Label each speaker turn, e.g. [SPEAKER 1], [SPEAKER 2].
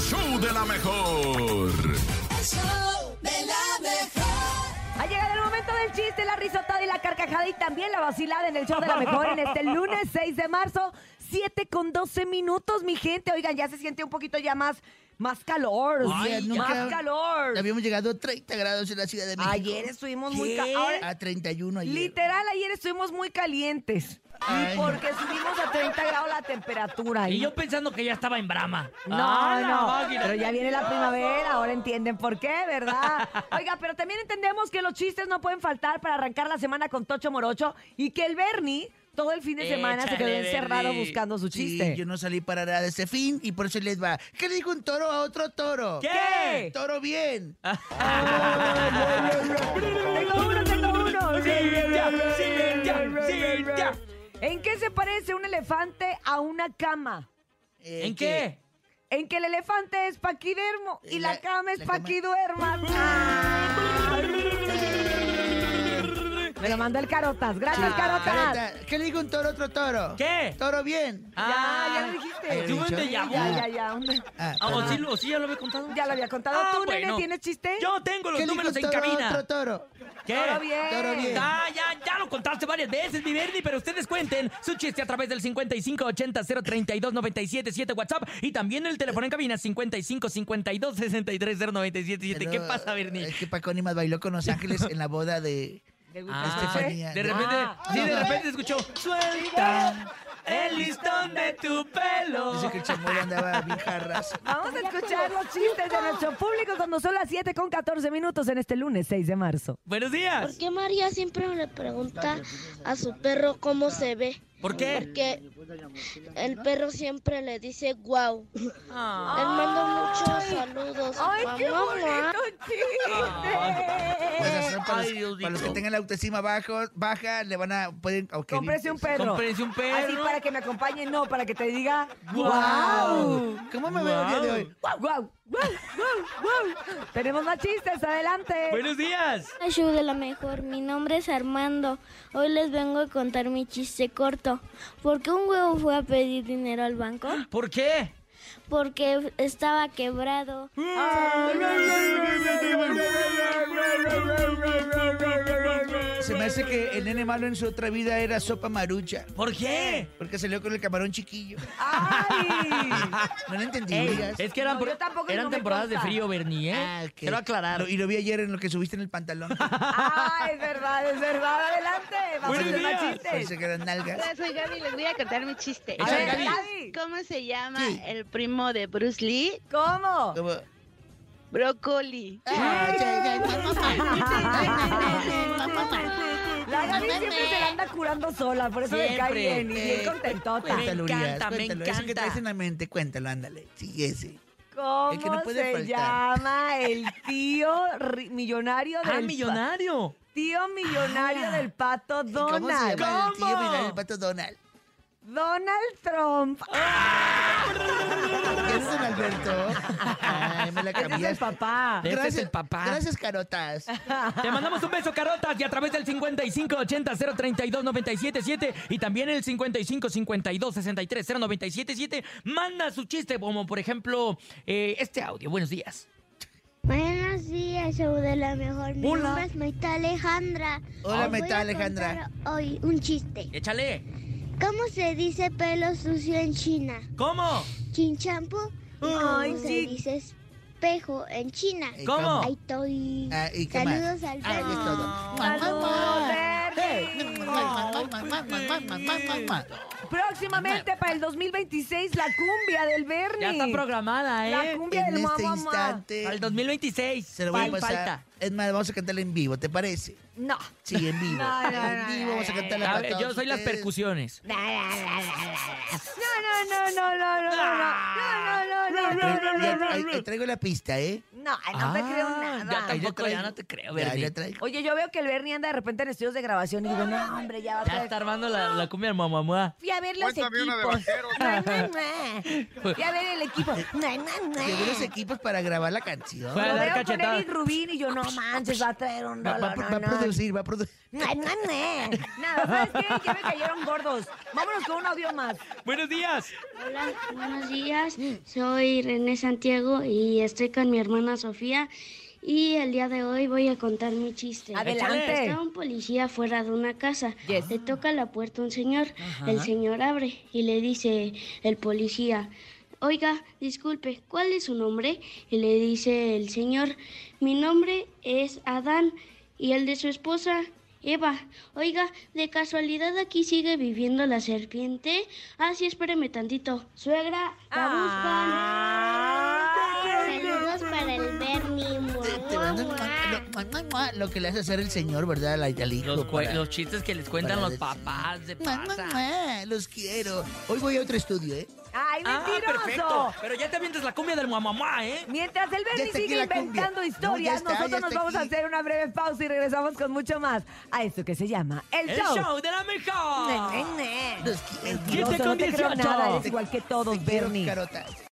[SPEAKER 1] show de la mejor.
[SPEAKER 2] Ha llegado el momento del chiste, la risotada y la carcajada y también la vacilada en el show de la mejor en este lunes 6 de marzo, 7 con 12 minutos, mi gente. Oigan, ya se siente un poquito ya más, más calor.
[SPEAKER 3] Ay,
[SPEAKER 2] sí,
[SPEAKER 3] no
[SPEAKER 2] más
[SPEAKER 3] creo-
[SPEAKER 2] calor.
[SPEAKER 3] Habíamos llegado a 30 grados en la Ciudad de México.
[SPEAKER 2] Ayer estuvimos muy
[SPEAKER 3] ¿Qué?
[SPEAKER 2] calor.
[SPEAKER 3] A 31 ayer.
[SPEAKER 2] Literal, ayer estuvimos muy calientes.
[SPEAKER 3] Ay,
[SPEAKER 2] y
[SPEAKER 3] no.
[SPEAKER 2] porque subimos a 30 grados la temperatura.
[SPEAKER 4] Y
[SPEAKER 2] ¿no?
[SPEAKER 4] yo pensando que ya estaba en Brahma.
[SPEAKER 2] No,
[SPEAKER 4] Ah, la
[SPEAKER 2] no,
[SPEAKER 4] máquina.
[SPEAKER 2] pero ya viene la primavera, ahora entienden por qué, ¿verdad? Oiga, pero también entendemos que los chistes no pueden faltar para arrancar la semana con Tocho Morocho y que el Bernie todo el fin de semana se quedó
[SPEAKER 4] Échale,
[SPEAKER 2] encerrado
[SPEAKER 4] Bernie.
[SPEAKER 2] buscando su
[SPEAKER 3] Sí,
[SPEAKER 2] chiste.
[SPEAKER 3] yo no salí para nada de ese fin y por eso les va. ¿Qué le dijo un toro a otro toro?
[SPEAKER 2] ¿Qué?
[SPEAKER 3] Toro bien.
[SPEAKER 4] Ah,
[SPEAKER 2] Tengo uno, tengo uno.
[SPEAKER 4] Cintia, Cintia, Cintia.
[SPEAKER 2] ¿En qué se parece un elefante a una cama?
[SPEAKER 3] Eh,
[SPEAKER 4] ¿En qué?
[SPEAKER 2] En que el elefante es paquidermo y la,
[SPEAKER 3] La-
[SPEAKER 2] cama es
[SPEAKER 3] la cama-
[SPEAKER 2] paquiduerma. Me lo mandó el Carotas. Gracias,
[SPEAKER 3] Ah,
[SPEAKER 2] Carotas.
[SPEAKER 3] Carota, ¿Qué le dijo un toro a otro toro?
[SPEAKER 4] Ah. ¿Qué? Ah,
[SPEAKER 3] Toro bien.
[SPEAKER 2] Ya,
[SPEAKER 3] Ah,
[SPEAKER 2] ya lo dijiste.
[SPEAKER 3] ¿Qué
[SPEAKER 4] ¿Tú
[SPEAKER 3] dicho?
[SPEAKER 4] de
[SPEAKER 2] Ya, ya, ya. hombre.
[SPEAKER 3] Ah,
[SPEAKER 4] Ah, ¿o,
[SPEAKER 3] perdón.
[SPEAKER 4] sí, ¿O sí ya lo había contado?
[SPEAKER 2] Ya lo había contado.
[SPEAKER 4] Ah,
[SPEAKER 2] ¿Tú, nene,
[SPEAKER 4] bueno.
[SPEAKER 2] tienes chiste?
[SPEAKER 4] Yo tengo los
[SPEAKER 3] ¿Qué le dijo
[SPEAKER 4] números
[SPEAKER 3] un
[SPEAKER 4] en
[SPEAKER 3] toro a
[SPEAKER 4] cabina.
[SPEAKER 3] otro toro?
[SPEAKER 4] ¿Qué?
[SPEAKER 2] Todo bien.
[SPEAKER 3] Todo bien.
[SPEAKER 4] Ah, ya, ya lo contaste varias veces, mi Bernie, pero ustedes cuenten su chiste a través del 5580-032-977 WhatsApp y también el teléfono en cabina 5552-630977. ¿Qué
[SPEAKER 3] Pero,
[SPEAKER 4] pasa,
[SPEAKER 2] eh,
[SPEAKER 4] Bernie?
[SPEAKER 3] Es que Paco Nimas bailó con Los Ángeles en la boda de...
[SPEAKER 2] ¿Le gusta
[SPEAKER 4] Ah,
[SPEAKER 2] este chiste?
[SPEAKER 3] Estefanía.
[SPEAKER 4] de repente,
[SPEAKER 2] Ah.
[SPEAKER 4] sí, de repente se escuchó Suelta el listón de tu
[SPEAKER 3] Dice
[SPEAKER 4] pelo.
[SPEAKER 3] que el chamuelo andaba bien jarras.
[SPEAKER 2] Vamos a escuchar los chistes de nuestro público cuando son las 7 con 14 minutos en este lunes 6 de marzo.
[SPEAKER 4] Buenos días.
[SPEAKER 5] ¿Por qué María siempre le pregunta a su perro cómo se ve?
[SPEAKER 4] ¿Por qué?
[SPEAKER 5] Porque el perro siempre le dice guau.
[SPEAKER 4] Ah.
[SPEAKER 5] Les mando muchos saludos.
[SPEAKER 2] ¡Ay, qué
[SPEAKER 5] Mamá, mamá.
[SPEAKER 2] bonito
[SPEAKER 3] Pues,
[SPEAKER 2] chiste!
[SPEAKER 3] son para,
[SPEAKER 4] Ay,
[SPEAKER 3] los,
[SPEAKER 4] Diosito.
[SPEAKER 3] para los que tengan la autoestima bajo, baja, le van a... Pueden, ok,
[SPEAKER 2] Cómprese un perro.
[SPEAKER 4] Cómprese un perro.
[SPEAKER 2] Así para que me acompañe, no, para que te diga
[SPEAKER 4] Guau.
[SPEAKER 2] wow.
[SPEAKER 3] ¿Cómo me veo el día de hoy?
[SPEAKER 2] Wow, wow, wow, wow, Tenemos más chistes, adelante.
[SPEAKER 4] Buenos días.
[SPEAKER 6] Ayuda la mejor, mi nombre es Armando. Hoy les vengo a contar mi chiste corto. ¿Por qué un huevo fue a pedir dinero al banco?
[SPEAKER 4] ¿Por qué?
[SPEAKER 6] Porque estaba quebrado.
[SPEAKER 3] Se me hace que el nene malo en su otra vida era sopa marucha.
[SPEAKER 4] ¿Por qué?
[SPEAKER 3] Porque salió con el camarón chiquillo.
[SPEAKER 2] ¡Ay!
[SPEAKER 3] No lo entendí.
[SPEAKER 4] Ey,
[SPEAKER 3] digas.
[SPEAKER 4] es que eran,
[SPEAKER 2] No,
[SPEAKER 4] por-
[SPEAKER 2] yo tampoco,
[SPEAKER 4] eran
[SPEAKER 2] no me
[SPEAKER 4] temporadas de
[SPEAKER 2] consta.
[SPEAKER 4] frío, Bernie, ¿eh?
[SPEAKER 3] Ah, ok.
[SPEAKER 4] Quiero aclarar.
[SPEAKER 3] Lo- y lo vi ayer en lo que subiste en el pantalón.
[SPEAKER 2] ¡Ay, es verdad, es verdad! Adelante, vamos a
[SPEAKER 4] Buenos
[SPEAKER 2] hacer más
[SPEAKER 4] días.
[SPEAKER 2] chistes.
[SPEAKER 3] Parece que eran nalgas.
[SPEAKER 7] Hola, soy Gaby, les voy a contar mi chiste.
[SPEAKER 2] A
[SPEAKER 4] Échale,
[SPEAKER 2] ver,
[SPEAKER 4] Gaby.
[SPEAKER 2] Gaby,
[SPEAKER 7] ¿Cómo se llama
[SPEAKER 3] Sí.
[SPEAKER 7] el primo de Bruce Lee?
[SPEAKER 2] ¿Cómo?
[SPEAKER 3] Como-
[SPEAKER 7] Brócoli.
[SPEAKER 3] Ah, ya, ya,
[SPEAKER 2] La Gaby siempre se la anda curando sola, por eso le cae
[SPEAKER 4] Siempre.
[SPEAKER 2] bien y bien contentota.
[SPEAKER 3] Cuéntalo,
[SPEAKER 4] Me
[SPEAKER 3] Urias,
[SPEAKER 4] encanta, me
[SPEAKER 3] cuéntalo. Eso que
[SPEAKER 4] encanta.
[SPEAKER 3] traes en la mente, cuéntalo, ándale. Sí, ese. El que
[SPEAKER 2] ¿Cómo
[SPEAKER 3] no puede
[SPEAKER 2] se
[SPEAKER 3] faltar.
[SPEAKER 2] llama el tío ri- millonario del
[SPEAKER 4] ¡Ah,
[SPEAKER 2] pa-
[SPEAKER 4] millonario!
[SPEAKER 2] Tío millonario del pato
[SPEAKER 3] ¿Cómo se
[SPEAKER 2] Donald.
[SPEAKER 3] llama el tío
[SPEAKER 4] ¿Cómo?
[SPEAKER 3] Vidal, el pato Donald?
[SPEAKER 2] Donald Trump.
[SPEAKER 3] ¿Qué es don Alberto? Ay, me la
[SPEAKER 2] Ese es
[SPEAKER 3] cambiaste.
[SPEAKER 2] el papá.
[SPEAKER 4] Ese Este es el papá.
[SPEAKER 3] Gracias, carotas.
[SPEAKER 4] Te mandamos un beso, carotas, y a través del 5580-032-977 y también el 5552-630977 manda su chiste, como por ejemplo eh, este audio. Buenos días.
[SPEAKER 6] Buenos días, show de la mejor. Mi
[SPEAKER 4] Hola.
[SPEAKER 6] nombre es Maita Alejandra.
[SPEAKER 3] Hola,
[SPEAKER 6] Os voy
[SPEAKER 3] Maita
[SPEAKER 6] a
[SPEAKER 3] Alejandra.
[SPEAKER 6] contar Hoy un chiste.
[SPEAKER 4] Échale.
[SPEAKER 6] ¿Cómo se dice pelo sucio en China?
[SPEAKER 4] ¿Cómo?
[SPEAKER 6] Chinchampo. ¿Y cómo
[SPEAKER 2] Ay,
[SPEAKER 6] se
[SPEAKER 2] sí.
[SPEAKER 6] dice espejo en China?
[SPEAKER 3] Eh,
[SPEAKER 4] ¿Cómo?
[SPEAKER 6] Ahí estoy.
[SPEAKER 3] Ah, ¿y qué más?
[SPEAKER 6] Saludos al
[SPEAKER 3] Ah,
[SPEAKER 6] Bernie.
[SPEAKER 3] es todo.
[SPEAKER 2] Saludos, Bernie.
[SPEAKER 3] Ay,
[SPEAKER 2] Próximamente para el 2026 la cumbia del Bernie.
[SPEAKER 4] Ya está programada,
[SPEAKER 2] La
[SPEAKER 4] ¿eh?
[SPEAKER 2] cumbia
[SPEAKER 3] En
[SPEAKER 2] del
[SPEAKER 3] este
[SPEAKER 2] mamá. mamá.
[SPEAKER 4] Para
[SPEAKER 3] instante
[SPEAKER 4] el 2026.
[SPEAKER 3] se lo voy a
[SPEAKER 4] Fal-
[SPEAKER 3] pasar.
[SPEAKER 4] Falta.
[SPEAKER 3] Es más, vamos a cantarla en vivo, ¿te parece?
[SPEAKER 2] No.
[SPEAKER 3] Sí, en vivo.
[SPEAKER 2] No, no, no,
[SPEAKER 3] En vivo vamos a cantarla
[SPEAKER 4] A
[SPEAKER 3] para
[SPEAKER 4] ver,
[SPEAKER 3] todos
[SPEAKER 4] yo soy las
[SPEAKER 3] ustedes.
[SPEAKER 4] percusiones.
[SPEAKER 2] No, no, no, no, no, no, no, no, no, no, no, no, no, no,
[SPEAKER 3] Ahí- ahí- ahí Traigo la pista, ¿eh?
[SPEAKER 2] no, No, ay, no te
[SPEAKER 4] Ah,
[SPEAKER 2] creo nada.
[SPEAKER 3] Ahí
[SPEAKER 4] Ya
[SPEAKER 3] le
[SPEAKER 4] tampoco, ya
[SPEAKER 3] traigo.
[SPEAKER 4] no te creo,
[SPEAKER 3] Ya,
[SPEAKER 4] Bernie.
[SPEAKER 3] ya
[SPEAKER 4] Ya,
[SPEAKER 3] traigo.
[SPEAKER 2] Oye, yo veo que el Bernie anda de repente en estudios de grabación y digo, no, hombre, ya va a
[SPEAKER 4] está
[SPEAKER 2] traer.
[SPEAKER 4] armando la, la cumbia mamamua.
[SPEAKER 2] Fui a ver los
[SPEAKER 1] Cuéntame
[SPEAKER 2] equipos.
[SPEAKER 1] una de vaqueros.
[SPEAKER 2] Na, na, na. Fui a ver el equipo. Na, na, na.
[SPEAKER 3] Llegó los equipos para grabar la canción.
[SPEAKER 4] Fue a
[SPEAKER 2] Lo
[SPEAKER 4] dar
[SPEAKER 2] veo con
[SPEAKER 4] cachetada.
[SPEAKER 2] Eric Rubín y yo, no manches, va a traer un
[SPEAKER 3] Va, va-
[SPEAKER 2] dolor,
[SPEAKER 3] va
[SPEAKER 2] no,
[SPEAKER 3] a
[SPEAKER 2] no.
[SPEAKER 3] producir, va a producir.
[SPEAKER 2] Na, na, na. Nada, ¿sabes qué? Ya me cayeron gordos. Vámonos con un audio más.
[SPEAKER 4] Buenos días.
[SPEAKER 6] Hola, buenos días.
[SPEAKER 3] Mm.
[SPEAKER 6] Soy René Santiago y estoy con mi hermana Sofía y el día de hoy voy a contar mi chiste.
[SPEAKER 2] Adelante.
[SPEAKER 6] Está un policía fuera de una casa.
[SPEAKER 2] Yes.
[SPEAKER 6] Le toca la puerta un señor. El señor abre y le dice el policía, oiga, disculpe, ¿cuál es su nombre? Y le dice el señor, mi nombre es Adán y el de su esposa. Eva, oiga, de casualidad aquí sigue viviendo la serpiente. Ah, sí, espéreme tantito. Suegra,
[SPEAKER 5] Saludos para el Bernie.
[SPEAKER 3] Te mando un mua, mua, mua, Lo que le hace hacer el señor, ¿verdad? Al, al hijo.
[SPEAKER 4] Los, cue-
[SPEAKER 3] para-
[SPEAKER 4] los chistes que les cuentan
[SPEAKER 3] para
[SPEAKER 4] los
[SPEAKER 3] decir-
[SPEAKER 4] papás de
[SPEAKER 3] Mua, mua,
[SPEAKER 4] pasa.
[SPEAKER 3] mua, Los quiero. Hoy voy a otro estudio, ¿eh?
[SPEAKER 2] ¡Ay,
[SPEAKER 4] Ah,
[SPEAKER 2] mentiroso!
[SPEAKER 4] perfecto. Pero ya te mientes la cumbia del mamamua, ¿eh?
[SPEAKER 2] Mientras el
[SPEAKER 3] Ya
[SPEAKER 2] Bernie
[SPEAKER 3] está aquí
[SPEAKER 2] sigue
[SPEAKER 3] la cumbia.
[SPEAKER 2] inventando
[SPEAKER 3] No, ya
[SPEAKER 2] historias,
[SPEAKER 3] está, ya
[SPEAKER 2] nosotros nos
[SPEAKER 3] está
[SPEAKER 2] vamos a
[SPEAKER 3] aquí.
[SPEAKER 2] hacer una breve pausa y regresamos con mucho más a esto que se llama El,
[SPEAKER 4] El show de la mejor.
[SPEAKER 2] Ne, ne, ne.
[SPEAKER 3] Los quiero.
[SPEAKER 4] Chiste
[SPEAKER 2] Mentiroso,
[SPEAKER 4] con
[SPEAKER 2] no te creo
[SPEAKER 4] 18.
[SPEAKER 2] nada, eres igual que todos,
[SPEAKER 3] Te quiero,
[SPEAKER 2] Bernie.
[SPEAKER 3] Carota.